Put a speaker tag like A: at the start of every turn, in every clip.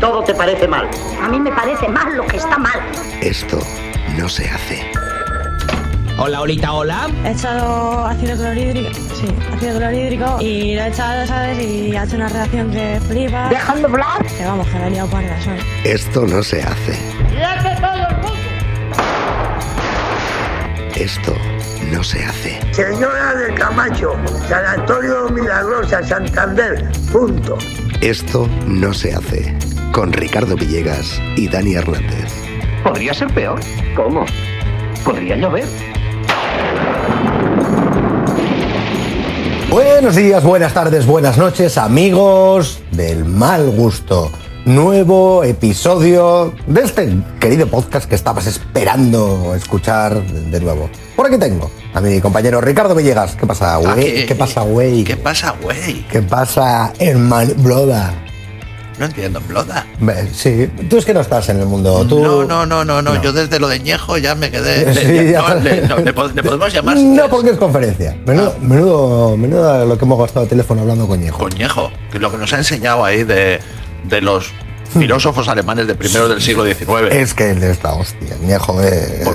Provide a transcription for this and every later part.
A: Todo te parece mal.
B: A mí me parece mal lo que está mal.
C: Esto no se hace.
D: Hola, Olita, hola.
E: He echado ácido clorhídrico, sí, ácido clorhídrico y lo he echado, ¿sabes? Y ha hecho una reacción que flipa.
B: Dejando hablar.
E: Que vamos, que la he liado parda, ¿sabes?
C: Esto no se hace.
F: ¡Y hace todo el mundo!
C: Esto no se hace.
G: Señora de Camacho, Sanatorio Milagrosa, Santander, punto.
C: Esto no se hace. Con Ricardo Villegas y Dani Hernández.
H: ¿Podría ser peor?
A: ¿Cómo?
H: ¿Podría llover?
I: Buenos días, buenas tardes, buenas noches, amigos del mal gusto. Nuevo episodio de este querido podcast que estabas esperando escuchar de nuevo. Por aquí tengo a mi compañero Ricardo Villegas. ¿Qué pasa,
H: Ah,
I: güey?
H: eh,
I: ¿Qué pasa, güey?
J: Ah, ¿Qué pasa, güey?
I: ¿Qué pasa, hermano Bloda?
J: No entiendo, Bloda.
I: Sí, tú es que no estás en el mundo. Tú...
J: No, no, no, no, no, Yo desde lo de Ñejo ya me quedé. no, le, podemos llamar. Ah.
I: No, porque es conferencia. Menudo, menudo, lo que hemos gastado teléfono hablando con Ñejo.
J: Con Ñejo, que lo que nos ha enseñado ahí de, de los
I: Hmm.
J: filósofos alemanes de primero del siglo XIX.
I: Es que él es la hostia. Ñejo es.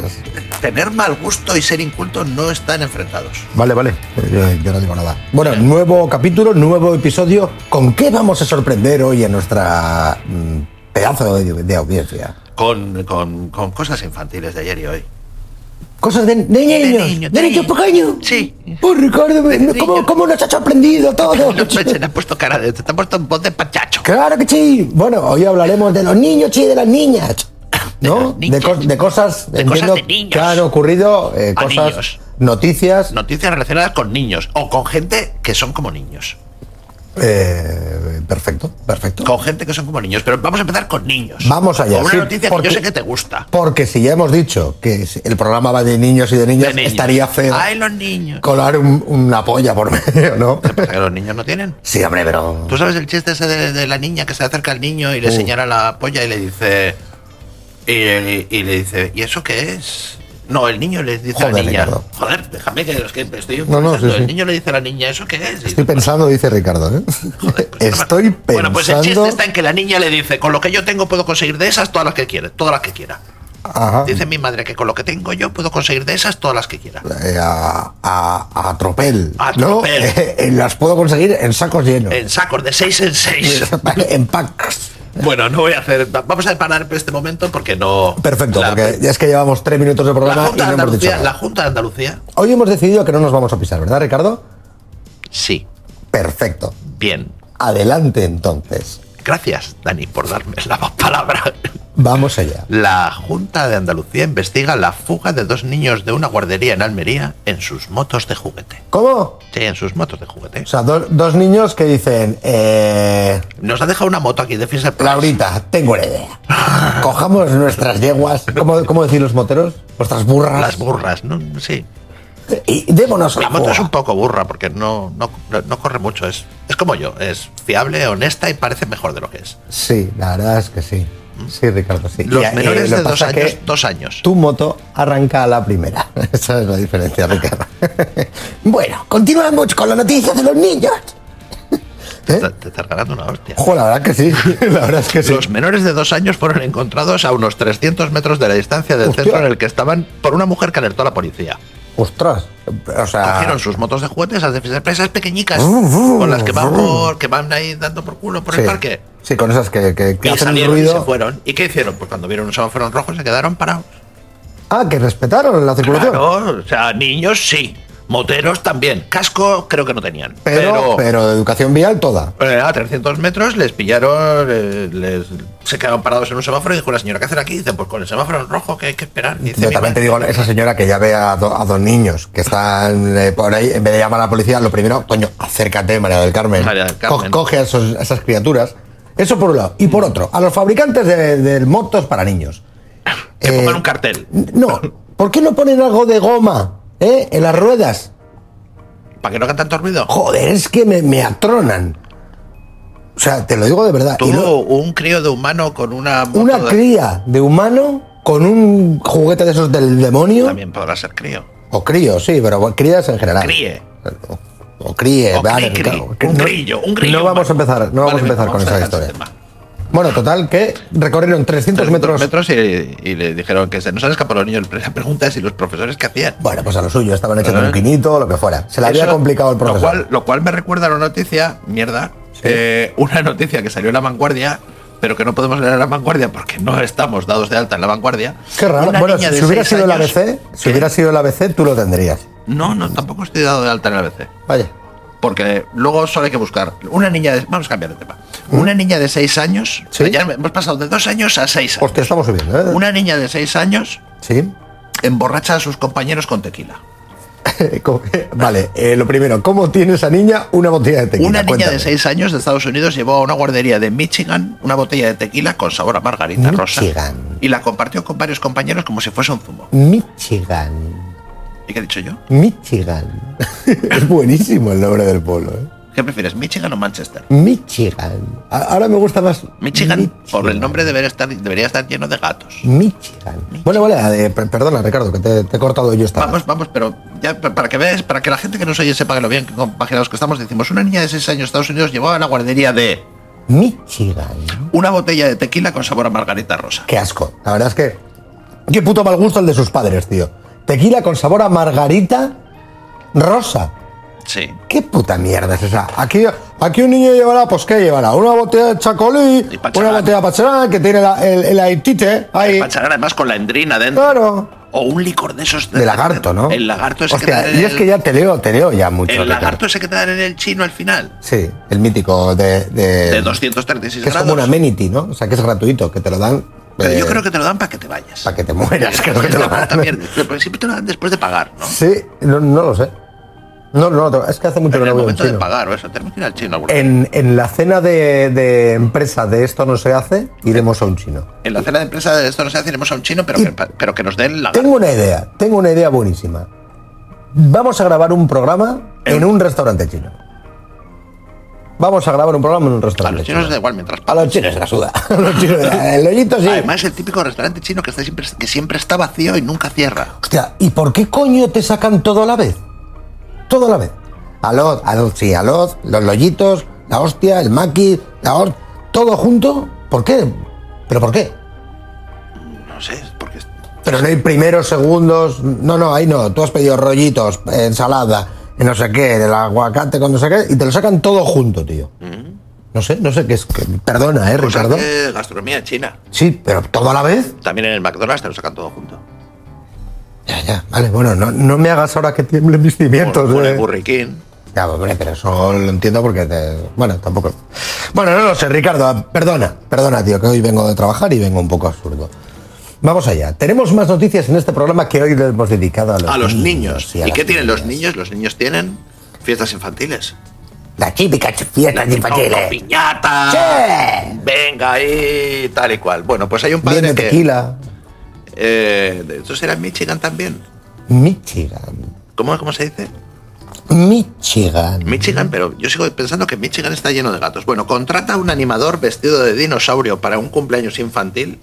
J: tener mal gusto y ser inculto no están enfrentados.
I: Vale, vale. Yo, yo no digo nada. Bueno, sí. nuevo capítulo, nuevo episodio. ¿Con qué vamos a sorprender hoy a nuestra mm, pedazo de, de audiencia?
J: Con, con, con, cosas infantiles de ayer y hoy.
I: Cosas de, de niños, de, niño, de niños pequeños.
J: Sí.
I: Por Ricardo, ¿cómo, ¿cómo, nos ha sorprendido todo?
J: no, se le ha puesto cara de, te ha puesto un voz de pachacho.
I: Claro que sí. Bueno, hoy hablaremos de los niños, sí, de las niñas. De, ¿no?
J: niños,
I: de, co de, cosas,
J: de, cosas de niños.
I: que han ocurrido, eh, cosas, niños. noticias.
J: Noticias relacionadas con niños o con gente que son como niños.
I: Eh, perfecto, perfecto.
J: Con gente que son como niños, pero vamos a empezar con niños.
I: Vamos allá.
J: Con una sí, noticia porque, que yo sé que te gusta.
I: Porque si ya hemos dicho que el programa va de niños y de niñas, de niños. estaría feo.
J: Ay, los niños.
I: Colar un, una polla por medio, ¿no?
J: ¿Te pasa que los niños no tienen?
I: Sí, hombre, pero.
J: ¿Tú sabes el chiste ese de, de la niña que se acerca al niño y le uh. señala la polla y le dice. Y, y, y, le dice, ¿y eso qué es? No, el niño le dice
I: Joder,
J: a la niña.
I: Ricardo.
J: Joder, déjame que, es que estoy
I: no, no, sí,
J: El
I: sí.
J: niño le dice a la niña, ¿eso qué es? Y
I: estoy pensando, dice Ricardo. ¿eh? Joder, pues, estoy pensando.
J: Bueno, pues el chiste está en que la niña le dice, con lo que yo tengo puedo conseguir de esas todas las que quiera, todas las que quiera.
I: Ajá.
J: Dice mi madre que con lo que tengo yo puedo conseguir de esas todas las que quiera.
I: Eh, a, a, a, tropel.
J: A
I: ¿no?
J: tropel.
I: Eh, las puedo conseguir en sacos llenos.
J: En sacos, de seis en seis.
I: en packs.
J: Bueno, no voy a hacer. Vamos a parar por este momento porque no.
I: Perfecto, la, porque es que llevamos tres minutos de programa
J: la Junta
I: y no
J: de
I: hemos dicho
J: Andalucía,
I: nada.
J: La Junta de Andalucía.
I: Hoy hemos decidido que no nos vamos a pisar, ¿verdad, Ricardo?
J: Sí.
I: Perfecto.
J: Bien.
I: Adelante entonces.
J: Gracias, Dani, por darme la palabra.
I: Vamos allá.
J: La Junta de Andalucía investiga la fuga de dos niños de una guardería en Almería en sus motos de juguete.
I: ¿Cómo?
J: Sí, en sus motos de juguete.
I: O sea, do, dos niños que dicen... Eh...
J: Nos ha dejado una moto aquí de Fisher
I: Price. Laurita, tengo una idea. Cojamos nuestras yeguas. ¿Cómo, ¿Cómo, decir los moteros? Vuestras burras.
J: Las burras, ¿no? Sí.
I: Y démonos
J: la,
I: la
J: moto
I: fuga.
J: es un poco burra porque no, no, no corre mucho. Es, es como yo. Es fiable, honesta y parece mejor de lo que es.
I: Sí, la verdad es que sí. Sí, Ricardo, sí.
J: Los
I: Y, eh,
J: menores
I: lo
J: de
I: que
J: dos
I: pasa
J: años,
I: que
J: dos años.
I: Tu moto arranca a la primera. Esa es la diferencia, Ricardo. bueno, continuamos con la noticia de los niños.
J: Te, está- te estás ganando una hostia.
I: Ojo, la verdad que sí. La verdad es que ¿eh? sí.
J: Los menores de dos años fueron encontrados a unos 300 metros de la distancia del
I: Hostia.
J: centro en el que estaban por una mujer que alertó a la policía.
I: Ostras. O sea.
J: Cogieron sus motos de juguetes, las de empresas pequeñicas,
I: Vrum, vrum,
J: con las que van,
I: vrum.
J: por, que van ahí dando por culo por
I: uh, Sí,
J: el parque.
I: sí, con esas que, que- que
J: Y
I: hacen un
J: salieron y se
I: ruido.
J: fueron. ¿Y qué hicieron? Pues cuando vieron un semáforo rojo se quedaron parados.
I: Ah, que respetaron la circulación.
J: Claro, o sea, niños sí, moteros también. Casco creo que no tenían.
I: pero, pero de educación vial toda.
J: Eh, a 300 metros les pillaron, eh, les- se quedaron parados en un semáforo y dijo la señora, ¿qué hacer aquí? Dicen, pues con el semáforo en rojo que hay que esperar. Y dice,
I: Yo
J: "Mi
I: también te
J: madre".
I: digo, esa señora que ya ve a, do- a dos niños que están eh, por ahí, en vez de llamar a la policía, lo primero, coño, acércate, María del Carmen.
J: María del Carmen.
I: Co- coge a, esos- a esas criaturas. Eso por un lado. Y por otro, a los fabricantes de, de motos para niños.
J: Que
I: Eh,
J: pongan un cartel
I: No, ¿por qué no ponen algo de goma eh, en las ruedas?
J: para que no hagan tanto ruido.
I: Joder, es que me, me atronan. O sea, te lo digo de verdad. Y
J: Tuvo
I: lo-
J: un crío de humano con una moto
I: una
J: de-
I: cría de humano con un juguete de esos del demonio.
J: También podrá ser crío.
I: O crío, sí, pero bueno, crías en general.
J: Críe.
I: O, o críe,
J: O
I: Eh, vale,
J: cri, cri.
I: claro, que
J: Un grillo, un grillo
I: No vamos a
J: humano.
I: empezar, no vamos
J: Vale,
I: a empezar con
J: vamos a
I: esa
J: dejar
I: historia.
J: ese tema.
I: Bueno, total, que recorrieron 300 metros.
J: y, y le dijeron que se nos han escapado los niños. Pero La pregunta es si los profesores qué hacían.
I: Bueno, pues a lo suyo, estaban hechos
J: Ajá.
I: un quinito, lo que fuera. Se le había
J: Eso-
I: complicado el
J: Lo
I: profesor.
J: cual, lo cual me recuerda a una noticia, mierda, eh, una noticia que salió en La Vanguardia, pero que no podemos leer en La Vanguardia porque no estamos dados de alta en La Vanguardia.
I: Qué raro.
J: Una
I: bueno,
J: niña de
I: si hubiera
J: seis
I: sido la
J: años-
I: ABC, si
J: ¿Qué?
I: hubiera sido la ABC, tú lo tendrías.
J: No, no, tampoco estoy dado de alta en la ABC.
I: Vaya.
J: Porque luego solo hay que buscar. Una niña de. Vamos a cambiar de tema. Una niña de seis años.
I: Mm. Sí.
J: Ya hemos pasado de dos años a seis años.
I: Hostia, estamos subiendo, ¿eh?
J: Una niña de seis años
I: Sí.
J: emborracha a sus compañeros con tequila.
I: ¿Cómo- vale, eh, lo primero, ¿cómo tiene esa niña una botella de tequila?
J: Una niña
I: Cuéntame.
J: de 6 años de Estados Unidos llevó a una guardería de Michigan una botella de tequila con sabor a margarita rosa.
I: Michigan.
J: Y la compartió con varios compañeros como si fuese un zumo.
I: Michigan.
J: ¿Y qué he dicho yo?
I: Michigan. es buenísimo el nombre del pueblo, ¿eh?
J: ¿Qué prefieres, Michigan o Manchester?
I: Michigan. A- Ahora me gusta más.
J: Michigan, por el nombre, debería estar, debería estar lleno de gatos.
I: Michigan. Bueno, vale, eh, per- perdona, Ricardo, que te, te he cortado yo esta.
J: Vamos, vamos, pero ya pa- para que veas, para que la gente que nos oye sepa que lo bien compaginados que estamos, decimos, una niña de 6 años de Estados Unidos llevó a la guardería de
I: Michigan.
J: una botella de tequila con sabor a margarita rosa.
I: Qué asco. La verdad es que. Qué puto mal gusto el de sus padres, tío. Tequila con sabor a margarita rosa.
J: Sí.
I: ¿Qué puta mierda es esa? Aquí, aquí un niño llevará, pues ¿qué llevará? Una botella de chacolí,
J: Y pacharán.
I: una botella de pacharán que tiene la- el, el aitite ahí.
J: Pacharán además con la endrina dentro.
I: Claro.
J: O un licor de esos.
I: De lagarto, ¿no?
J: El lagarto ese que
I: Hostia,
J: te dan
I: y
J: en
I: es
J: el-
I: que ya te leo, te leo ya mucho.
J: El
I: Ricardo.
J: lagarto ese que te dan en el chino al final.
I: Sí, el mítico de... De,
J: De 236
I: Que es como
J: grados.
I: un amenity, ¿no? O sea, que es gratuito, que te lo dan... eh,
J: Pero yo creo que te lo dan para que te vayas.
I: Para que te mueras, creo que te lo dan.
J: También, pero siempre te lo dan después de pagar, ¿no?
I: Sí, no, no lo sé. No, no, no, es que hace mucho
J: en
I: que
J: el
I: no voy a un
J: momento de
I: chino. Eh,
J: pagar, o eso, tenemos que ir al chino. alguna vez.
I: En, en la cena de, de empresa de esto no se hace, iremos a un chino.
J: En la cena de empresa de esto no se hace, iremos a un chino, pero que, pero que nos den la
I: Tengo una idea, tengo una idea buenísima. Vamos a grabar un programa
J: ¿Eh?
I: en un restaurante chino. Vamos a grabar un programa en un
J: A
I: restaurante
J: los chinos
I: chino.
J: da igual mientras
I: A los chinos la suda. A los chinos, el hoyito sí.
J: Además, el típico restaurante chino que, está siempre, que siempre está vacío y nunca cierra.
I: Hostia, ¿y por qué coño te sacan todo a la vez? Todo a la vez. Alod, alod, sí, alod, los lollitos, la hostia, el maqui, la hor... Todo junto. ¿Por qué? ¿Pero por qué?
J: No sé, porque
I: Pero no hay primeros, segundos. No, no, ahí no. Tú has pedido rollitos, ensalada, no sé qué, del aguacate con no sé qué, y te lo sacan todo junto, tío. No sé, no sé qué es. que- perdona, ¿eh,
J: pues
I: Ricardo?
J: hace gastronomía china.
I: Sí, pero todo a la vez.
J: También en el McDonald's te lo sacan todo junto.
I: Ya, ya, vale, bueno, no, no me hagas ahora que tiemblen mis cimientos.
J: Con- con
I: eh.
J: el Burger King.
I: Ya, hombre, pero eso lo entiendo porque te... Bueno, tampoco... Bueno, no lo sé, Ricardo, ah, perdona, perdona, tío, que hoy vengo de trabajar y vengo un poco absurdo. Vamos allá, tenemos más noticias en este programa que hoy le hemos dedicado a los,
J: a los niños.
I: a
J: ¿Y
I: las
J: qué tienen los
I: niñas.
J: niños? Los niños tienen fiestas infantiles.
I: La típica fiesta de
J: ¡Con
I: infantiles.
J: piñata!
I: eh? ¡Sí!
J: Venga ahí, tal y cual. Bueno, pues hay un padre
I: Viene
J: que...
I: tequila,
J: Eh, de- ¿Estos eran Michigan también?
I: Michigan,
J: ¿Cómo, ¿Cómo se dice?
I: Michigan.
J: Michigan, pero yo sigo pensando que Michigan está lleno de gatos. Bueno, contrata a un animador vestido de dinosaurio para un cumpleaños infantil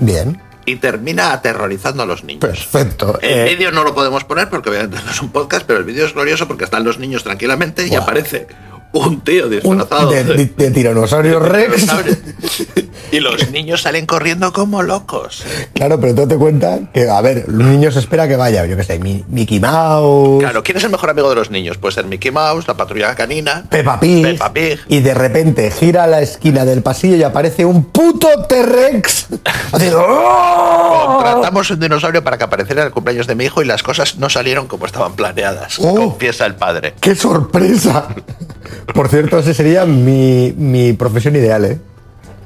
I: Bien,
J: y termina aterrorizando a los niños.
I: perfecto.
J: El
I: Eh,
J: vídeo no lo podemos poner porque obviamente no es un podcast, pero el vídeo es glorioso porque están los niños tranquilamente y
I: Guau.
J: aparece un tío
I: un-
J: disfrazado
I: de, de- de tiranosaurio Rex.
J: dinosaurio. y los niños salen corriendo como locos.
I: Claro, pero tú te cuenta que, a ver, un niño se espera que vaya, yo qué sé, Mi- Mickey Mouse,
J: Claro, ¿quién es el mejor amigo de los niños? Puede ser Mickey Mouse, la patrulla canina.
I: Peppa Pig,
J: Peppa Pig.
I: y de repente gira a la esquina del pasillo y aparece un puto T-Rex haciendo ¡Oh!
J: Contratamos un dinosaurio para que apareciera en el cumpleaños de mi hijo y las cosas no salieron como estaban planeadas.
I: Oh.
J: Confiesa el padre.
I: ¡Qué sorpresa! Por cierto, esa sería mi, mi profesión ideal, ¿eh?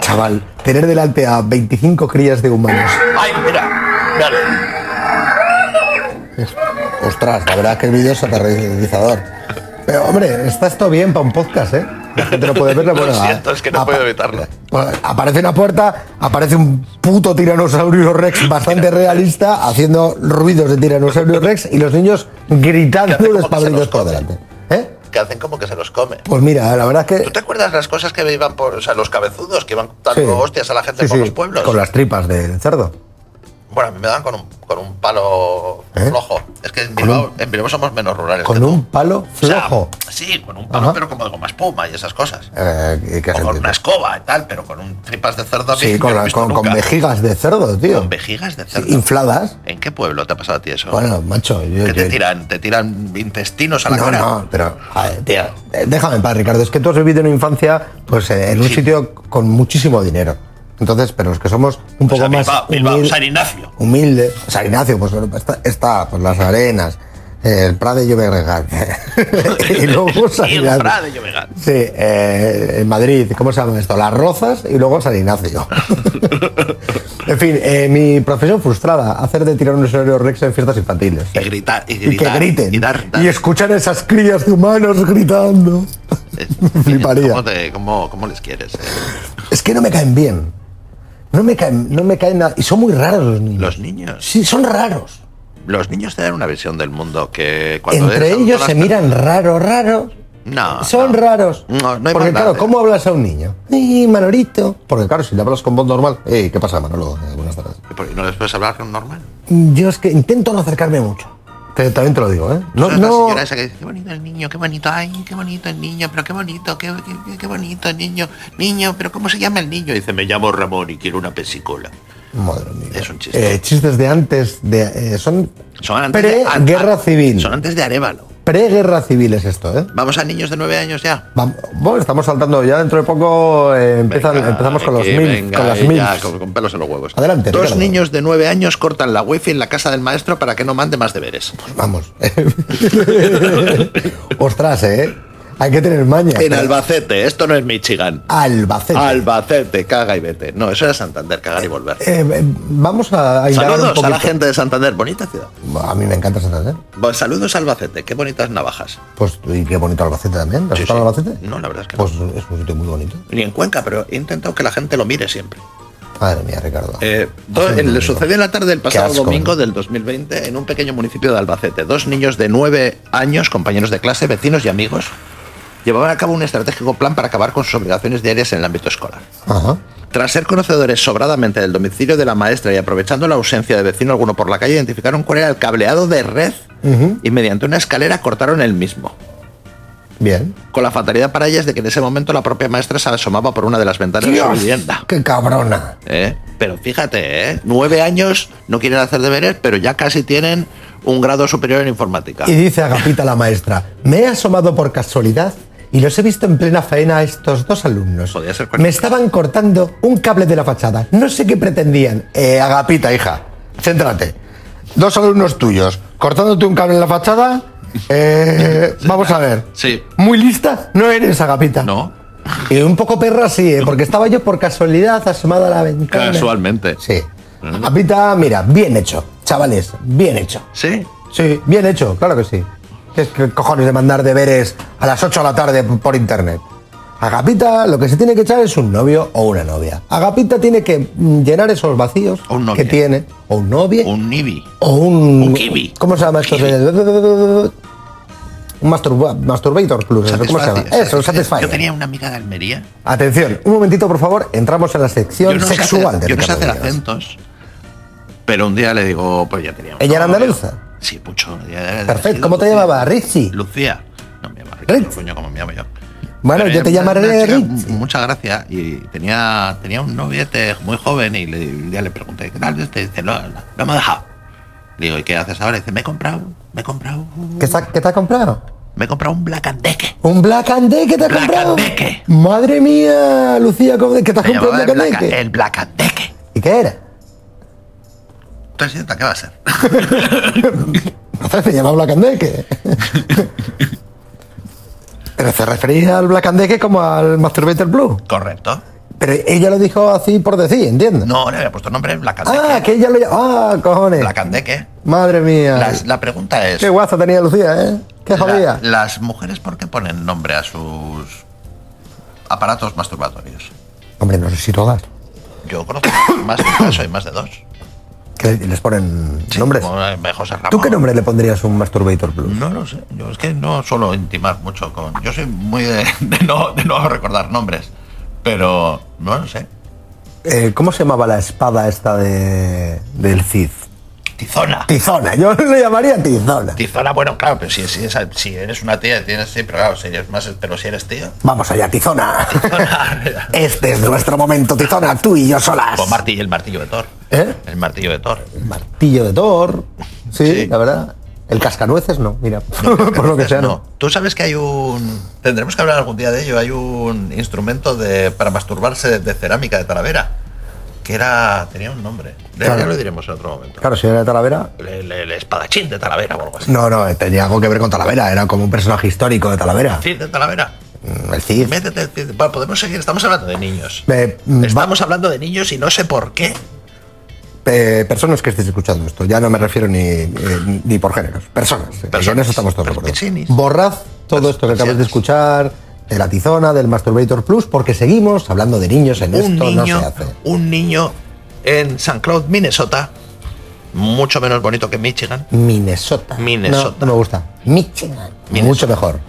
I: Chaval, tener delante a 25 crías de humanos.
J: ¡Ay, mira! Dale.
I: Ostras, la verdad es que el vídeo es aterrorizador. Pero hombre, está esto bien para un podcast, ¿eh? La gente no puede verlo.
J: Lo
I: bueno,
J: siento, es que no
I: apa-
J: puedo evitarlo.
I: Bueno, Pues, Aparece una puerta, aparece un puto tiranosaurio rex bastante realista haciendo ruidos de tiranosaurio rex y los niños gritando
J: Que hace como que
I: despavoridos
J: se los
I: por
J: come.
I: delante. ¿Eh?
J: Que hacen como que se los come.
I: Pues mira, la verdad es
J: ¿Tú
I: que...
J: te acuerdas las cosas que iban por, o sea, los cabezudos que iban dando
I: sí.
J: hostias a la gente
I: Sí,
J: por
I: sí,
J: los pueblos?
I: Con las tripas del cerdo.
J: Bueno, a mí me dan con un, con un palo
I: ¿Eh?
J: flojo. Es que en
I: Con
J: Bilbao,
I: un-
J: en Bilbao somos menos rurales. que
I: Con
J: tú.
I: un palo
J: O sea,
I: flojo.
J: sí, con un palo,
I: Ajá.
J: pero como de goma espuma y esas cosas.
I: Eh, ¿y qué
J: O
I: se
J: con una
I: entiende?
J: escoba y tal, pero con un tripas de cerdo. a mí
I: Sí,
J: no
I: con,
J: lo he
I: la-
J: visto
I: con, con
J: nunca.
I: vejigas de cerdo, tío.
J: Con vejigas de
I: Sí,
J: cerdo.
I: infladas.
J: ¿En qué pueblo te ha pasado a ti eso?
I: Bueno, macho, yo.
J: ¿Qué te
I: yo-
J: tiran? ¿Te tiran intestinos a la
I: no,
J: cara? Pues
I: no, pero. joder, tío, eh, déjame en paz, Ricardo. Es que tú has vivido una infancia, pues, eh, en un
J: Sí.
I: sitio con muchísimo dinero. Entonces, pero los que somos un
J: O
I: poco
J: sea,
I: más.
J: Bilbao, Bilbao,
I: humil-
J: San Ignacio.
I: humilde. San Ignacio, pues bueno, está, está, pues las arenas, el Prade y Llobregat. eh, y luego San
J: Y el
I: Ignacio.
J: Prado de Llobregat.
I: Sí, eh, en Madrid, ¿cómo se llama esto? Las Rozas y luego San Ignacio. en fin, eh, mi profesión frustrada, hacer de tirar un escenario Rex en fiestas infantiles.
J: Y gritar, y
I: Y que
J: gritar,
I: griten.
J: y dar- dar.
I: Y escuchar esas crías de humanos gritando.
J: Eh,
I: Fliparía.
J: ¿Cómo, te- cómo- cómo les quieres? eh?
I: Es que no me caen bien. No me caen, no me caen nada. Y son muy raros los niños.
J: Los niños.
I: Sí, son raros.
J: Los niños te dan una visión del mundo que cuando
I: Entre
J: eres
I: ellos
J: adulto
I: se
J: las-
I: miran raro, raro.
J: No,
I: Son
J: Ah, no.
I: raros.
J: No, no hay
I: Porque
J: maldad,
I: claro,
J: eh.
I: ¿cómo hablas a un niño? ¡Ey, Manolito! Porque claro, si le hablas con voz normal, "Ey, ¿qué pasa, Manolo? Eh, buenas tardes.
J: ¿Y por qué no les puedes hablar con normal?
I: Yo es que intento no acercarme mucho. Te- también te lo digo, ¿eh? No,
J: ¿Sabes la
I: no.
J: señora esa que dice, qué bonito el niño, qué bonito, ay, qué bonito el niño, pero qué bonito, qué, qué- qué bonito el niño, niño, pero ¿cómo se llama el niño? dice, me llamo Ramón y quiero una pesicola.
I: Madre mía.
J: Es un chiste.
I: Eh, chistes de antes de. eh, son
J: Son antes de- an-
I: pre-guerra
J: an-
I: civil.
J: Son antes de Arevalo.
I: Pre-guerra civil es esto, ¿eh?
J: Vamos a niños de nueve años ya.
I: Vam- Bueno, estamos saltando ya dentro de poco. eh, empiezan-
J: Venga,
I: empezamos con los
J: que
I: mil,
J: venga,
I: con las
J: eh,
I: mil.
J: ya, con, con pelos en los huevos.
I: Adelante,
J: Dos
I: Ricardo.
J: niños de nueve años cortan la wifi en la casa del maestro para que no mande más deberes.
I: Vamos. Ostras, ¿eh? Hay que tener maña.
J: En Albacete, esto no es Michigan.
I: Albacete.
J: Albacete, caga y vete. No, eso era Santander, cagar y volver.
I: Eh, eh, vamos a, a indagar un
J: Saludos
I: poquito.
J: a la gente de Santander, bonita ciudad.
I: A mí me encanta Santander.
J: Bueno, saludos a Albacete, qué bonitas navajas.
I: Pues, y qué bonito Albacete también. ¿Has
J: Sí,
I: estado en
J: sí.
I: Albacete?
J: No, la verdad es que no.
I: Pues es un sitio muy bonito.
J: Ni en Cuenca, pero he intentado que la gente lo mire siempre.
I: Madre mía, Ricardo.
J: Eh, do-
I: Hace un
J: eh, le
I: momento.
J: sucedió en la tarde del pasado
I: asco.
J: domingo del 2020 en un pequeño municipio de Albacete. Dos niños de nueve años, compañeros de clase, vecinos y amigos, llevaban a cabo un estratégico plan para acabar con sus obligaciones diarias en el ámbito escolar.
I: Ajá.
J: Tras ser conocedores sobradamente del domicilio de la maestra y aprovechando la ausencia de vecino alguno por la calle, identificaron cuál era el cableado de red y mediante una escalera cortaron el mismo.
I: Bien.
J: Con la fatalidad para ellas de que en ese momento la propia maestra se asomaba por una de las ventanas de su vivienda.
I: ¡Qué cabrona!
J: ¿eh? Pero fíjate, ¿eh? nueve años no quieren hacer deberes, pero ya casi tienen un grado superior en informática.
I: Y dice Agapita la maestra, me he asomado por casualidad y los he visto en plena faena a estos dos alumnos.
J: Podía ser cualquiera.
I: Me estaban cortando un cable de la fachada. No sé qué pretendían. Eh, Agapita, hija, céntrate. Dos alumnos tuyos cortándote un cable en la fachada. eh, vamos a ver.
J: Sí.
I: Muy lista no eres, Agapita.
J: No.
I: Y un poco perra sí, eh, porque estaba yo por casualidad asomada a la ventana.
J: Casualmente. Mm.
I: Sí. Agapita, mira, bien hecho. Chavales, bien hecho.
J: Sí.
I: Sí, bien hecho, claro que sí. Es que cojones de mandar deberes a las 8 de la tarde por internet. Agapita lo que se tiene que echar es un novio o una novia. Agapita tiene que mm, llenar esos vacíos
J: O un novie.
I: que tiene. O un novio.
J: Un nibi.
I: o un...
J: un kiwi.
I: ¿Cómo se llama esto?
J: Kiwi.
I: Un masturba- masturbator club. eso, ¿Cómo se llama?
J: Satisfacción.
I: Eso, un
J: Yo
I: satisfier.
J: tenía una amiga de Almería
I: Atención, un momentito por favor, entramos en la sección
J: sé hacer-
I: sexual de
J: yo no sé
I: Ricardo
J: hacer
I: Villegas.
J: acentos. Pero un día le digo, pues ya teníamos.
I: ¿Ella era
J: novio.
I: andaluza?
J: Sí, mucho. Ya era
I: Perfecto,
J: de-
I: ¿cómo te
J: Lucía.
I: llamaba? ¿Rizzi?
J: Lucía. No me llamaba Rizzi,
I: Rizzi.
J: coño, como me llamo yo.
I: Bueno,
J: Pero
I: yo te
J: era una-
I: llamaré
J: una chica
I: Rizzi.
J: con Mucha gracia. Y tenía, tenía un noviete muy joven y le, un día le pregunté, ¿qué tal? Este dice, no, no, no me ha dejado. Le digo, ¿y qué haces ahora? Dice, me he comprado, me he comprado,
I: ¿Qué, sa- qué te ha comprado?
J: me he comprado un Black and Decker.
I: ¿Un Black and Decker te has
J: Black
I: comprado?
J: and Decker.
I: Madre mía, Lucía, ¿cómo de- ¿qué te has
J: Me
I: comprado un
J: llamaba
I: Black and
J: el Black-
I: Decker?
J: el Black and Decker.
I: ¿Y qué era?
J: Entonces, ¿qué va a ser?
I: No se llamaba Black and Decker. Pero se refería al Black and Decker como al Masturbator Blue.
J: Correcto.
I: Pero ella lo dijo así por decir, ¿entiendes?
J: No, le había puesto nombre Black and Decker.
I: ah, que ella lo llam- Ah, cojones.
J: Black and Decker.
I: Madre mía.
J: Las- la pregunta es,
I: Ah. Qué guaza tenía Lucía, ¿eh? Qué jodía.
J: la- ¿las mujeres por qué ponen nombre a sus aparatos masturbatorios?
I: Hombre, no sé si todas.
J: Yo conozco más de un caso y más de dos.
I: Que les ponen
J: Sí,
I: nombres.
J: como, eh, José Ramón.
I: ¿Tú qué nombre le pondrías a un Masturbator Blue?
J: No lo sé, yo es que no suelo intimar mucho con... Yo soy muy de, de no, de no recordar nombres, pero no lo sé.
I: eh, ¿Cómo se llamaba la espada esta de, del Cid?
J: Tizona.
I: Tizona, yo le llamaría Tizona.
J: Tizona, bueno, claro, pero si, si, esa- si eres una tía, tienes sí, pero claro, si eres más, pero si eres tío.
I: Vamos allá, Tizona.
J: Tizona.
I: Este es nuestro momento, Tizona, tú y yo solas.
J: Con martillo, el martillo de Thor.
I: ¿Eh?
J: El martillo de Thor.
I: Martillo de Thor. Sí,
J: Sí.
I: la verdad. El cascanueces no, mira, por lo que sea, no.
J: Tú sabes que hay un. Tendremos que hablar algún día de ello. Hay un instrumento de, para masturbarse de cerámica de Talavera. Que era. tenía un nombre. Ya-
I: Claro.
J: Ya lo diremos en otro momento.
I: Claro, si era de Talavera.
J: El, el- el espadachín de Talavera o algo así.
I: No, no, tenía algo que ver con Talavera, era como un personaje histórico de Talavera.
J: Cid de Talavera.
I: Mm, El Cid.
J: Métete el Cid. Bueno, podemos seguir. Estamos hablando de niños.
I: Eh, mm,
J: Estamos hablando de niños y no sé por qué.
I: Eh, personas que estéis escuchando esto, ya no me refiero ni, eh, ni por géneros, personas. eh,
J: Personas.
I: En eso estamos todos de acuerdo.
J: Personas.
I: Borrad todo esto que acabáis de
J: Personas.
I: escuchar de la tizona, del Masturbator Plus, porque seguimos hablando de niños en
J: un
I: esto, no
J: niño,
I: se hace.
J: un niño en St. Cloud, Minnesota, mucho menos bonito que Michigan.
I: Minnesota.
J: Minnesota.
I: No, no me gusta. Michigan.
J: Minnesota.
I: Mucho mejor.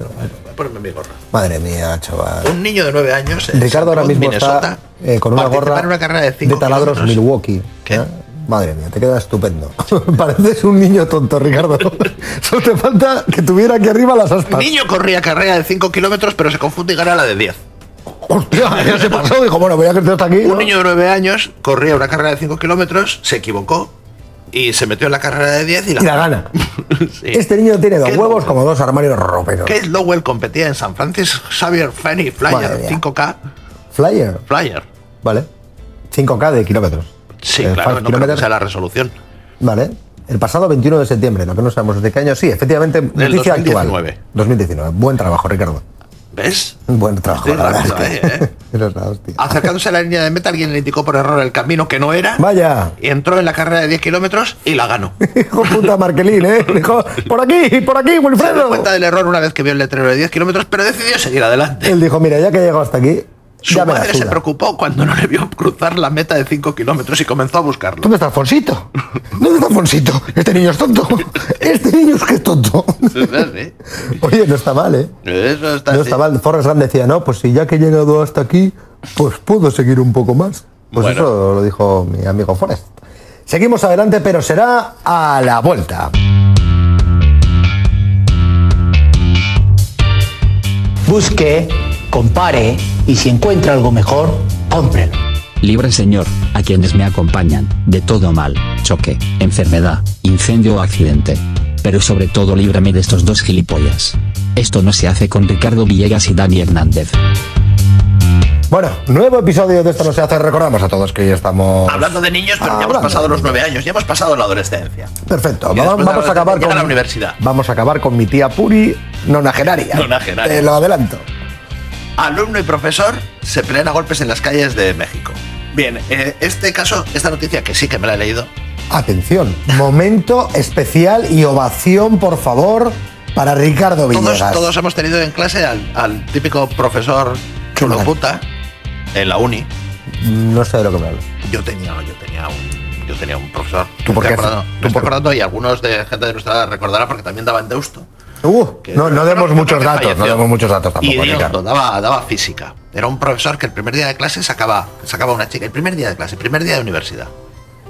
J: Voy a ponerme mi gorra.
I: Madre mía, chaval.
J: Un niño de nueve años. en St.
I: Ricardo ahora
J: Cloud,
I: mismo
J: Minnesota,
I: está eh, con una
J: participa
I: gorra
J: en una carrera de, cinco
I: taladros
J: kilómetros.
I: Milwaukee.
J: ¿Qué?
I: ¿eh? Madre mía, te queda estupendo. Pareces un niño tonto, Ricardo. Solo te falta que tuviera aquí arriba las aspas.
J: Niño corría carrera de 5 kilómetros, pero se confunde y gana la de 10.
I: Hostia, ya se pasó. Dijo, bueno, voy a crecer hasta aquí.
J: Un
I: ¿no?
J: niño de 9 años corría una carrera de 5 kilómetros, se equivocó y se metió en la carrera de 10 y la,
I: Y la gana.
J: Sí.
I: Este niño tiene dos
J: Qué
I: huevos
J: locura.
I: como dos armarios roperos.
J: Kate Lowell competía en San Francis Xavier Fanny
I: Madre
J: Flyer
I: mía.
J: 5K
I: Flyer.
J: Flyer.
I: Vale. 5K de kilómetros.
J: Sí,
I: Eh, five
J: claro, no creo que
I: kilometers.
J: sea la resolución.
I: Vale. El pasado 21 de septiembre, lo que no sabemos es de qué año. Sí, efectivamente, noticia actual.
J: 2019.
I: 2019. Buen trabajo, Ricardo.
J: ¿Ves?
I: Buen trabajo,
J: Estoy
I: la verdad
J: rápido,
I: es que-
J: eh, eh.
I: Eso es la hostia.
J: Acercándose a la línea de meta, alguien le indicó por error el camino que no era.
I: Vaya.
J: Entró en la carrera de 10 kilómetros y la ganó.
I: Hijo puta Marquelín, ¿eh? Dijo, por aquí, por aquí,
J: Se dio
I: Wilfredo.
J: cuenta del error una vez que vio el letrero de 10 kilómetros, pero decidió seguir adelante.
I: Él dijo, mira, Oh. ya que he llegado hasta aquí,
J: Su
I: ya me la
J: madre se
I: suda.
J: preocupó cuando no le vio cruzar la meta de 5 kilómetros y comenzó a buscarlo.
I: ¿Dónde está Alfonsito? ¿Dónde está Alfonsito? Este niño es tonto. Este niño es que es tonto.
J: ¿Eh?
I: Oye, no está mal, ¿eh?
J: Eso está
I: No
J: así.
I: está mal. Forrest Gump decía, no, pues si ya que he llegado hasta aquí, pues puedo seguir un poco más. Pues
J: Bueno.
I: eso lo dijo mi amigo Forrest. Seguimos adelante, pero será a la vuelta.
A: Busque, compare y si encuentra algo mejor, cómprelo.
D: Libre señor, a quienes me acompañan, de todo mal, choque, enfermedad, incendio o accidente. Pero sobre todo líbrame de estos dos gilipollas. Esto no se hace con Ricardo Villegas y Dani Hernández.
I: Bueno, nuevo episodio de Esto no se hace. Recordamos a todos que ya estamos...
J: Hablando de niños, pero ya
I: Hablando
J: hemos pasado
I: de
J: los
I: niños.
J: 9 años, ya hemos pasado la adolescencia.
I: Perfecto.
J: Y
I: Va-
J: después
I: Vamos,
J: de
I: a acabar
J: llegar
I: con
J: a la universidad.
I: Vamos a acabar con mi tía Puri, nonagenaria.
J: Nonagenaria.
I: Te lo adelanto.
J: Alumno y profesor se pelean a golpes en las calles de México. Bien, eh, este caso, esta noticia que sí que me la he leído,
I: Atención, momento especial y ovación, por favor, para Ricardo
J: todos,
I: Villegas.
J: todos hemos tenido en clase al, al típico profesor chulo
I: Chulán.
J: puta en la uni.
I: No sé de lo que me hablo.
J: Yo tenía, yo tenía un, yo tenía un profesor.
I: ¿Tú por
J: Me
I: qué?
J: estoy acordando,
I: ¿Tú
J: me
I: por
J: estoy
I: qué?
J: acordando y algunos de gente de nuestra edad recordará porque también daban deusto.
I: Uh, no, no demos muchos datos, no demos muchos datos
J: Y
I: tampoco,
J: de otro,
I: Ricardo.
J: daba, daba física. Era un profesor que el primer día de clase sacaba, sacaba una chica, el primer día de clase, el primer día de universidad.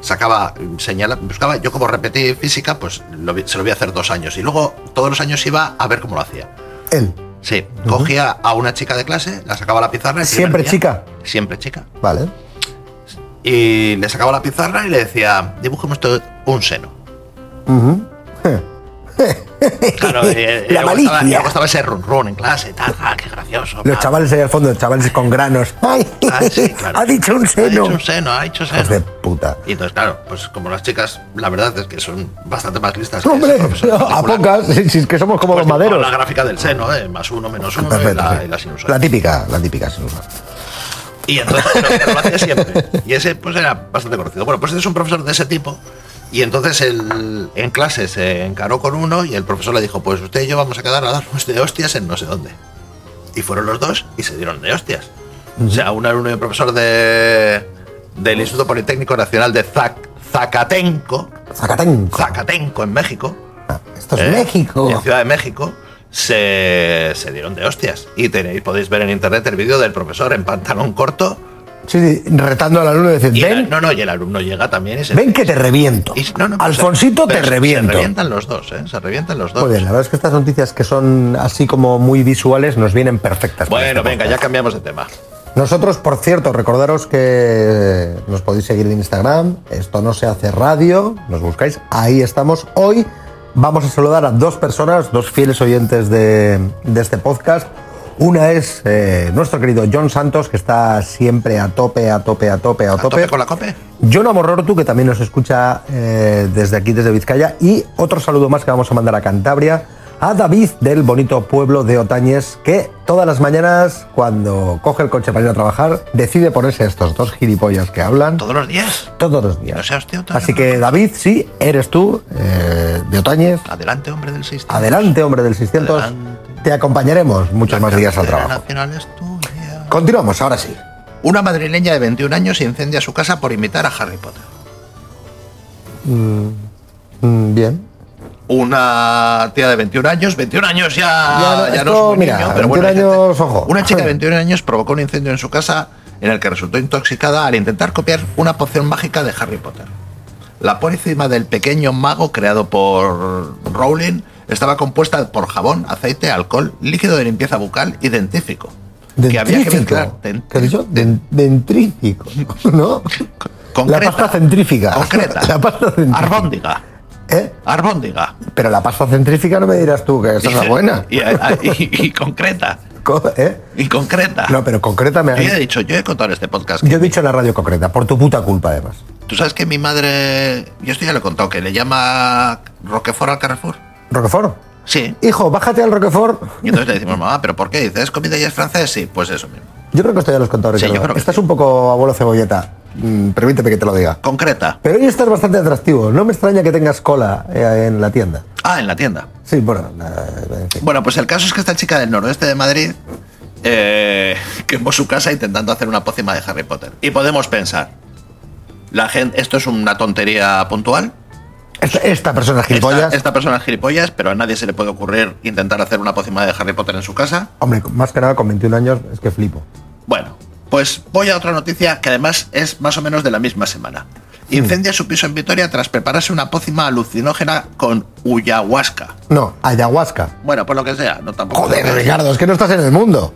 J: Sacaba, mm, señala, buscaba, yo como repetí física, pues lo vi- se lo voy a hacer dos años. Y luego todos los años iba a ver cómo lo hacía.
I: Él.
J: Sí, cogía a una chica de clase, la sacaba a la pizarra. el primer
I: ¿Siempre
J: día-
I: chica?
J: Siempre chica.
I: Vale.
J: Y le sacaba la pizarra y le decía, dibujemos todo un seno.
I: Ujú.
J: Claro, eh,
I: La
J: y luego estaba- y
I: malicia.
J: luego estaba ese run run en clase, tal, ah, qué gracioso.
I: Los
J: tal.
I: chavales ahí al fondo, los chavales con granos. ¡Ay!
J: Ah, sí, claro.
I: Ha dicho un
J: Ha
I: seno.
J: dicho un seno, ha dicho seno.
I: Hijos de puta.
J: Y entonces, claro, pues como las chicas, la verdad es que son bastante más listas. que
I: Hombre,
J: ese profesor en
I: a
J: particular,
I: pocas, si si es que somos como los
J: pues dibujaba
I: maderos.
J: La gráfica del seno, eh, más uno, menos uno, y
I: Perfecto,
J: la,
I: sí.
J: y la sinusoide.
I: La típica, la típica sinusoide.
J: Y entonces pero lo hacía siempre. Y ese pues era bastante conocido. Bueno, pues este es un profesor de ese tipo. Y entonces él en clase se encaró con uno y el profesor le dijo, pues usted y yo vamos a quedar a darnos de hostias en no sé dónde. Y fueron los dos y se dieron de hostias. O sea, un alumno y un profesor de, del Instituto Politécnico Nacional de Zac- Zacatenco,
I: Zacatenco.
J: Zacatenco en México,
I: Ah, Esto es
J: ¿eh?
I: México.
J: En Ciudad de México se, se dieron de hostias. Y tenéis, podéis ver en internet el vídeo del profesor en pantalón corto
I: Sí, sí, retando al alumno y decir,
J: Y el-
I: ven,
J: no, no, y el alumno llega también y se.
I: ven que te reviento.
J: y- no, no, pero
I: Alfonsito,
J: se-
I: te
J: pero se-
I: reviento.
J: Se revientan los dos, ¿eh? Se revientan los dos.
I: Muy bien, la verdad es que estas noticias que son así como muy visuales nos vienen perfectas. para
J: Bueno,
I: este
J: venga, ya
I: podcast.
J: cambiamos de tema.
I: Nosotros, por cierto, recordaros que nos podéis seguir en Instagram, esto no se hace radio, nos buscáis, ahí estamos. Hoy vamos a saludar a dos personas, dos fieles oyentes de, de este podcast. Una es eh, nuestro querido John Santos, que está siempre a tope, a tope, a tope, a
J: ¿A
I: tope.
J: tope con la cope?
I: John Amorortu, que también nos escucha eh, desde aquí, desde Vizcaya. Y otro saludo más que vamos a mandar a Cantabria, a David del bonito pueblo de Otañes, que todas las mañanas, cuando coge el coche para ir a trabajar, decide ponerse estos dos gilipollas que hablan
J: Todos los días.
I: todos los días.
J: No seas tío, tío,
I: Así
J: no.
I: que, David, sí, eres tú, eh, de Otañes.
J: Adelante, hombre del 600.
I: Adelante, hombre del 600.
J: Adelante.
I: Te acompañaremos muchos más días al
J: Carretera
I: trabajo.
J: nacional es tuya.
I: Continuamos, ahora sí.
J: Una madrileña de 21 años incendia su casa por imitar a Harry Potter.
I: Mm, bien.
J: Una tía de 21 años, 21 años ya,
I: Ya,
J: ya
I: esto,
J: muy
I: mira, 21
J: hay gente-
I: años, ojo.
J: Una chica de 21 años provocó un incendio en su casa en el que resultó intoxicada al intentar copiar una poción mágica de Harry Potter. La pócima del pequeño mago creado por Rowling estaba compuesta por jabón, aceite, alcohol, líquido de limpieza bucal y dentífico. Que había que mezclar.
I: Dentrífico. ¿Qué he dicho? Den- dentrífico, ¿no?
J: Concreta.
I: La pasta centrífica.
J: Concreta.
I: La pasta centrífica.
J: Arbóndiga.
I: ¿Eh?
J: Arbóndiga.
I: Pero la pasta centrífica no me dirás tú que esa es la buena.
J: Y, y- y concreta.
I: Co- ¿Eh?
J: Y concreta.
I: No, pero concreta me
J: Yo ya he dicho, yo he contado en este podcast que
I: Yo he dicho en la radio concreta, por tu puta culpa además.
J: tú sabes que mi madre, yo esto ya lo he contado, que le llama Roquefort al Carrefour.
I: Roquefort.
J: Sí.
I: Hijo, bájate al Roquefort.
J: Y entonces le decimos, mamá, ¿pero por qué? Dice, ¿es comida y es francés? Sí, pues eso mismo.
I: Yo creo que esto ya lo he contado,
J: Sí,
I: Ricardo.
J: yo creo que
I: Estás
J: sí.
I: un poco abuelo cebolleta. Mm, permíteme que te lo diga.
J: Concreta.
I: Pero hoy estás bastante atractivo. No me extraña que tengas cola eh, en la tienda.
J: Ah, en la tienda.
I: Sí, bueno, eh, en fin.
J: Bueno, pues el caso es que esta chica del noroeste de Madrid eh, quemó su casa intentando hacer una pócima de Harry Potter. Y podemos pensar, la gente, esto es una tontería puntual.
I: Esta, esta persona es
J: Esta,
I: gilipollas.
J: esta persona es gilipollas, pero a nadie se le puede ocurrir intentar hacer una pócima de Harry Potter en su casa.
I: Hombre, más que nada con 21 años es que flipo.
J: Bueno, pues voy a otra noticia que además es más o menos de la misma semana. Incendia su piso en Vitoria tras prepararse una pócima alucinógena con ayahuasca.
I: No, ayahuasca.
J: Bueno, por lo que sea, no tampoco.
I: Joder, Ricardo, es que no estás en el mundo.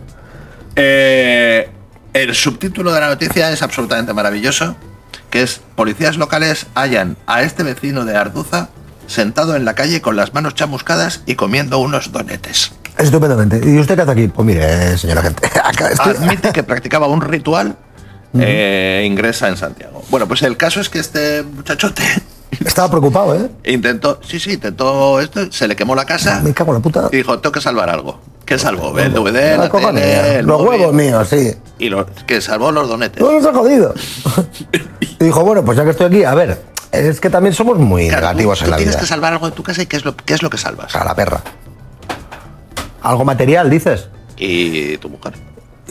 J: Eh, el subtítulo de la noticia es absolutamente maravilloso, que es policías locales hallan a este vecino de Arduza sentado en la calle con las manos chamuscadas y comiendo unos donetes.
I: Estupendamente. ¿Y usted qué hace aquí? Pues mire, eh, señora gente. Acá estoy.
J: admite que practicaba un ritual, eh, ingresa en Santiago. Bueno, pues el caso es que este muchachote
I: Estaba preocupado, ¿eh?
J: intentó, sí, sí, intentó esto, se le quemó la casa
I: Me cago en la puta.
J: y dijo, tengo que salvar algo. ¿Qué salvó? El
I: Me la
J: DVD, la
I: cojo
J: tele,
I: mía.
J: el
I: Los
J: móvil.
I: huevos míos, sí.
J: Y lo, que salvó los donetes.
I: No los ha jodido. y dijo, bueno, pues ya que estoy aquí, a ver, es que también somos muy
J: Claro, tú-
I: negativos
J: tú
I: en la
J: tienes
I: vida. Ah.
J: que salvar algo de tu casa y qué es lo, qué es lo que salvas.
I: A la perra. Algo material, dices.
J: Y tu mujer.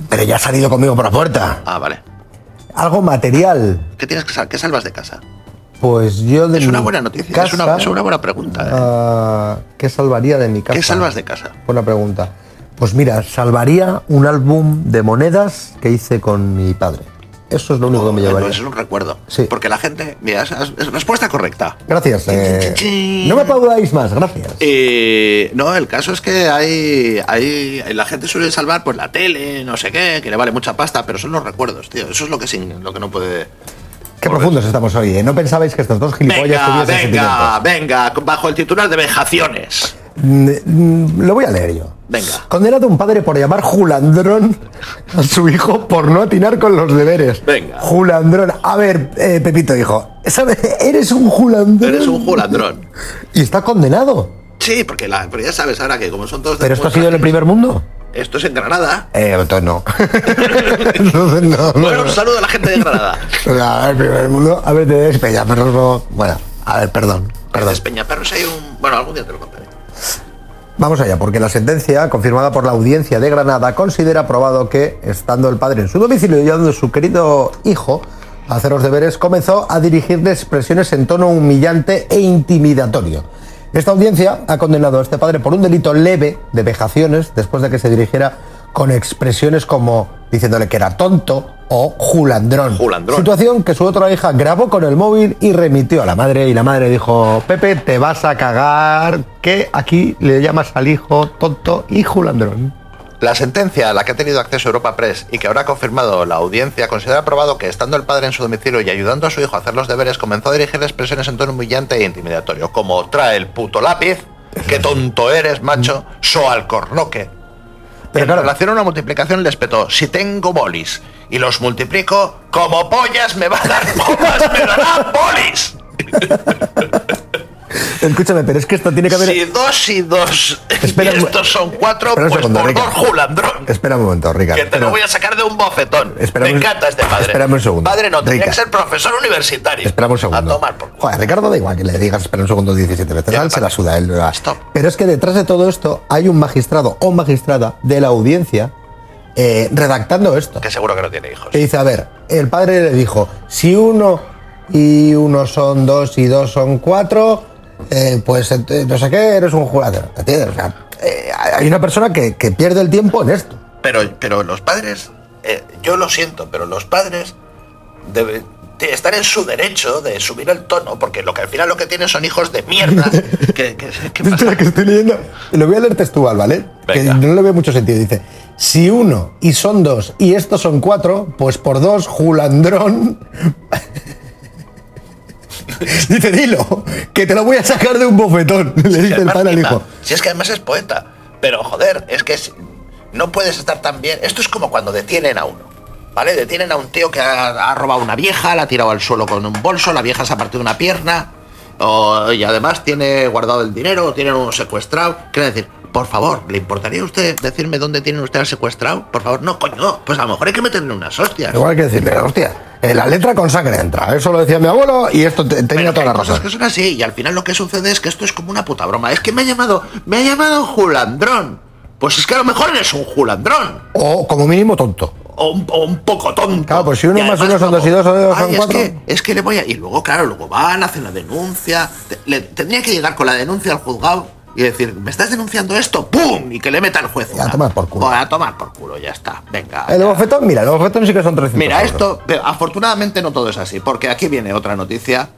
I: Pero ya ha salido conmigo por la puerta.
J: Ah, vale.
I: Algo material.
J: ¿Qué tienes que sal- qué salvas de casa?
I: Pues yo de
J: Es una
I: mi
J: buena noticia, es,
I: casa,
J: una, es una buena pregunta. ¿eh?
I: ah, ¿Qué salvaría de mi casa?
J: ¿Qué salvas de casa?
I: Buena pregunta. Pues mira, salvaría un álbum de monedas que hice con mi padre. Eso es lo único que me
J: Bueno,
I: llevaría.
J: es un recuerdo.
I: Sí.
J: Porque la gente, mira, es, es respuesta correcta.
I: Gracias. eh,
J: Chin, chin, chin.
I: No me aplaudáis más, gracias.
J: Eh, no, el caso es que hay, hay la gente suele salvar pues la tele, no sé qué, que le vale mucha pasta, pero son los recuerdos, tío. Eso es lo que sin, lo que no puede.
I: Qué profundos estamos hoy, ¿eh? No pensabais que estos dos gilipollas
J: Venga,
I: tuviesen
J: venga, venga, bajo el titular de vejaciones.
I: sentimientos. Mm, mm, Lo voy a leer yo.
J: Venga.
I: Condenado un padre por llamar Julandrón a su hijo por no atinar con los deberes.
J: Venga.
I: Julandrón. A ver, eh, Pepito, hijo. ¿sabes? Eres un Julandrón.
J: Eres un julandrón.
I: Y está condenado.
J: Sí, porque, la, pero ya sabes ahora que como son todos... de
I: Pero esto ha
J: Puerto
I: sido en el
J: Rico,
I: primer mundo.
J: Esto es en Granada.
I: Eh, entonces no. entonces no.
J: Bueno, un saludo a la gente de Granada.
I: O sea, a ver, primer mundo. A ver, te despeña, pero no. Bueno, a ver, perdón. Perdón.
J: Desde Peñaperros hay un... Bueno, algún día te lo contaré.
I: Vamos allá, porque la sentencia, confirmada por la audiencia de Granada, considera probado que, estando el padre en su domicilio y ayudando a su querido hijo a hacer los deberes, comenzó a dirigirle expresiones en tono humillante e intimidatorio. Esta audiencia ha condenado a este padre por un delito leve de vejaciones después de que se dirigiera con expresiones como diciéndole que era tonto, o Julandrón.
F: Julandrón.
I: Situación que su otra hija grabó con el móvil y remitió a la madre. Y la madre dijo, Pepe, te vas a cagar, que aquí le llamas al hijo tonto y Julandrón.
J: La sentencia a la que ha tenido acceso Europa Press y que habrá confirmado la audiencia considera probado que, estando el padre en su domicilio y ayudando a su hijo a hacer los deberes, comenzó a dirigir expresiones en tono humillante e intimidatorio, como trae el puto lápiz, qué tonto eres, macho, so al cornoque.
I: Pero
J: en
I: claro.
J: relación a una multiplicación les petó, si tengo bolis y los multiplico, como pollas me va a dar bolas, me dará bolis.
I: Escúchame, pero es que esto tiene que haber...
J: Si dos y dos,
I: Espera
J: y
I: un-
J: estos son cuatro,
I: espera
J: pues
I: un segundo,
J: por
I: Rica.
J: dos julandrón.
I: Espera un momento, Ricardo.
J: Que te lo voy a sacar de un bofetón.
I: Espérame
J: Me
I: un-
J: encanta este padre.
I: espérame un segundo.
J: Padre no, tendría
I: Rica.
J: que ser profesor universitario.
I: Espera un segundo.
J: A tomar por culo.
I: Joder, Ricardo da igual que le digas espera un segundo 17 veces.
J: Ya,
I: a él se la
J: vale.
I: suda, él lo hará.
J: Stop.
I: Pero es que detrás de todo esto hay un magistrado o magistrada de la audiencia eh, redactando esto.
J: Que seguro que no tiene hijos.
I: Que dice, a ver, el padre le dijo, si uno y uno son dos y dos son cuatro, eh, pues ent- no sé qué, eres un jugador. ¿Entiendes? O sea, eh, hay una persona que, que pierde el tiempo en esto.
J: Pero, pero los padres, eh, yo lo siento, pero los padres debe- te- están en su derecho de subir el tono, porque lo que al final lo que tienen son hijos de mierda. que, que- que pasan-
I: Espera, que estoy leyendo. Lo voy a leer textual, ¿vale?
J: Venga.
I: Que no le veo mucho sentido. Dice: Si uno y son dos y estos son cuatro, pues por dos, Julandrón. dice: Dilo, que te lo voy a sacar de un bofetón. Le
J: que
I: dice el
J: además
I: padre al
J: rima.
I: hijo.
J: Si es que además es poeta. Pero joder, es que es- no puedes estar tan bien. Esto es como cuando detienen a uno. ¿Vale? Detienen a un tío que ha, ha robado a una vieja, la ha tirado al suelo con un bolso, la vieja se ha partido una pierna. o- y además tiene guardado el dinero, o tienen uno secuestrado. Quiero decir, por favor, ¿le importaría a usted decirme dónde tienen usted al secuestrado? Por favor, no, coño. Pues a lo mejor hay que meterle unas hostias.
I: Igual hay que decirle: Hostia, eh, la letra con sangre entra. Eso lo decía mi abuelo y esto te- tenía
J: Pero
I: toda
J: que
I: la
J: hay cosas
I: razón.
J: que son así y al final lo que sucede es que esto es como una puta broma. Es que me ha llamado, me ha llamado Julandrón. Pues es que a lo mejor eres un Julandrón
I: O como mínimo tonto.
J: o un, o un poco tonto.
I: Claro, pues si uno
J: Y
I: más
J: además
I: uno son
J: luego,
I: dos y dos son dos,
J: "Ay,
I: son
J: es
I: cuatro".
J: Que, es que le voy a y luego claro, luego van hacen la denuncia. Te- le tendría que llegar con la denuncia al juzgado y decir, "¿Me estás denunciando esto?" ¡Pum! y que le meta al juez.
I: Y a tomar por culo.
J: O a tomar por culo, ya está. Venga.
I: El
J: ya.
I: bofetón, mira, el bofetón sí que son 300.
J: Mira,
I: euros.
J: esto, pero afortunadamente no todo es así, porque aquí viene otra noticia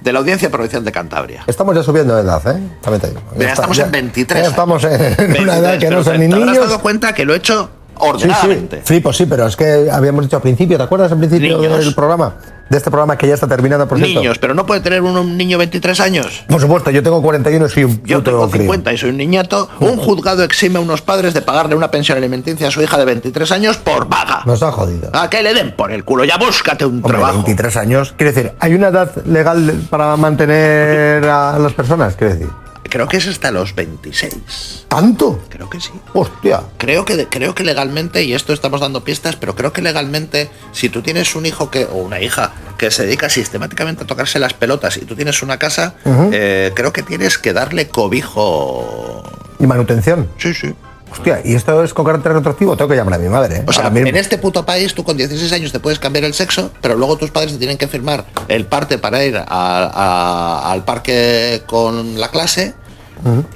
J: de la Audiencia Provincial de Cantabria.
I: Estamos ya subiendo de edad, ¿eh? También te digo. Ya
J: Mira,
I: está-
J: estamos en 23
I: ya estamos en una
J: 23,
I: edad que
J: pero
I: no son ni
J: ¿te habrás
I: niños.
J: dado cuenta que lo he hecho
I: Sí, sí,
J: ordenadamente?
I: flipo, sí, pero es que habíamos dicho al principio, ¿te acuerdas al principio
J: Niños.
I: del programa? De este programa que ya está terminando, por cierto.
J: Niños, pero no puede tener un, un niño 23 años.
I: Por supuesto, yo tengo 41 y soy un
J: Yo
I: puto
J: tengo
I: crío.
J: 50 y soy un niñato. Un juzgado exime a unos padres de pagarle una pensión alimenticia a su hija de 23 años por vaga.
I: Nos ha jodido.
J: A que le den por el culo, ya búscate un
I: Hombre,
J: trabajo.
I: 23 años. Quiero decir, ¿hay una edad legal de- para mantener a las personas? Quiero decir,
J: Creo que es hasta los 26.
I: ¿tanto?
J: Creo que sí.
I: Hostia.
J: Creo que, creo que legalmente, y esto estamos dando pistas, pero creo que legalmente, si tú tienes un hijo que, o una hija que se dedica sistemáticamente a tocarse las pelotas y tú tienes una casa,
I: Ujú.
J: eh, creo que tienes que darle cobijo.
I: Y manutención.
J: Sí, sí.
I: Hostia, ¿y esto es con carácter retroactivo? Tengo que llamar a mi madre. ¿eh?
J: O sea,
I: Ahora mismo.
J: en este puto país tú con 16 años te puedes cambiar el sexo, pero luego tus padres te tienen que firmar el parte para ir a- a- al parque con la clase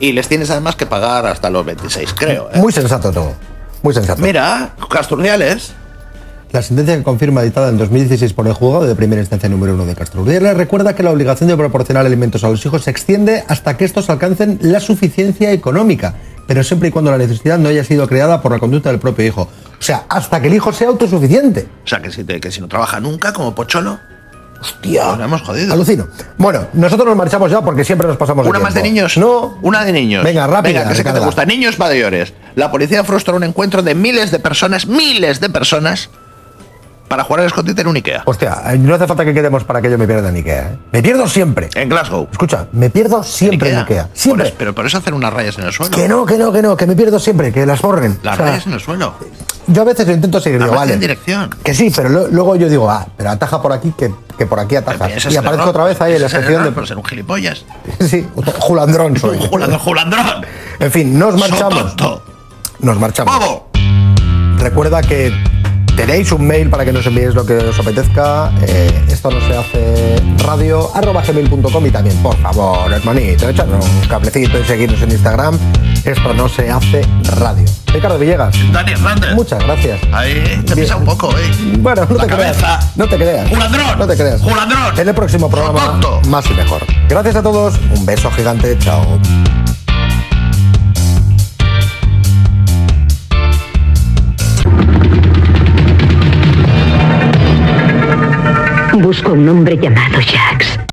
J: y les tienes además que pagar hasta los 26, creo. ¿eh?
I: Muy sensato todo. Muy sensato.
J: Mira, Casturriales.
I: La sentencia que confirma dictada en 2016 por el juzgado de primera instancia número 1 de Castro Urdiales recuerda que la obligación de proporcionar alimentos a los hijos se extiende hasta que estos alcancen la suficiencia económica, pero siempre y cuando la necesidad no haya sido creada por la conducta del propio hijo. O sea, hasta que el hijo sea autosuficiente.
J: O sea, que si, te- que si no trabaja nunca como pocholo,
I: Hostia.
J: Nos hemos jodido.
I: Alucino. Bueno, nosotros nos marchamos ya porque siempre nos pasamos
J: ¿Una más de
I: tiempo.
J: niños?
I: No.
J: Una de niños.
I: Venga, rápida,
J: Venga, que sé que te
I: Ricarda.
J: gusta. Niños mayores. La policía frustró un encuentro de miles de personas, miles de personas, para jugar al escondite en un Ikea.
I: Hostia, eh, no hace falta que quedemos para que yo me pierda en Ikea. ¿eh? Me pierdo siempre.
J: En Glasgow.
I: Escucha, me pierdo siempre en Ikea.
J: Eh. Por
I: Siempre.
J: eso- pero por eso hacen unas rayas en el suelo.
I: Que no, que no, que no, que me pierdo siempre, que las borren.
J: Las
I: O sea,
J: rayas en el suelo.
I: Yo a veces lo intento seguir,
J: Las
I: digo,
J: rayas
I: vale.
J: en dirección.
I: Que sí, pero lo- luego yo digo, ah, pero ataja por aquí, que, que por aquí ataja.
J: Ese es
I: Y
J: el
I: aparezco
J: error.
I: otra vez ahí en la
J: Ese es el
I: sección
J: error
I: de.
J: por ser un gilipollas.
I: Sí, Julandrón soy.
J: Un julandrón, julandrón.
I: En fin, nos
J: Soy
I: marchamos.
J: tonto.
I: Nos marchamos.
J: Bobo.
I: Recuerda que tenéis un mail para que nos enviéis lo que os apetezca. eh, esto no se hace radio arroba gmail.com y también, por favor, hermanito, echadnos un cablecito y seguirnos en Instagram. Esto no se hace radio. Ricardo Villegas,
J: Dani Hernández.
I: muchas gracias.
J: Ahí te
I: Bien.
J: pesa un poco, ¿eh?
I: Bueno, no
J: La
I: te
J: cabeza.
I: creas. No te creas.
J: ¡Un ladrón!
I: No te creas.
J: ¡Un ladrón!
I: En el próximo programa,
J: ¡Un tonto!
I: más y mejor. Gracias a todos. Un beso gigante. Chao.
B: Busco un hombre llamado Jax.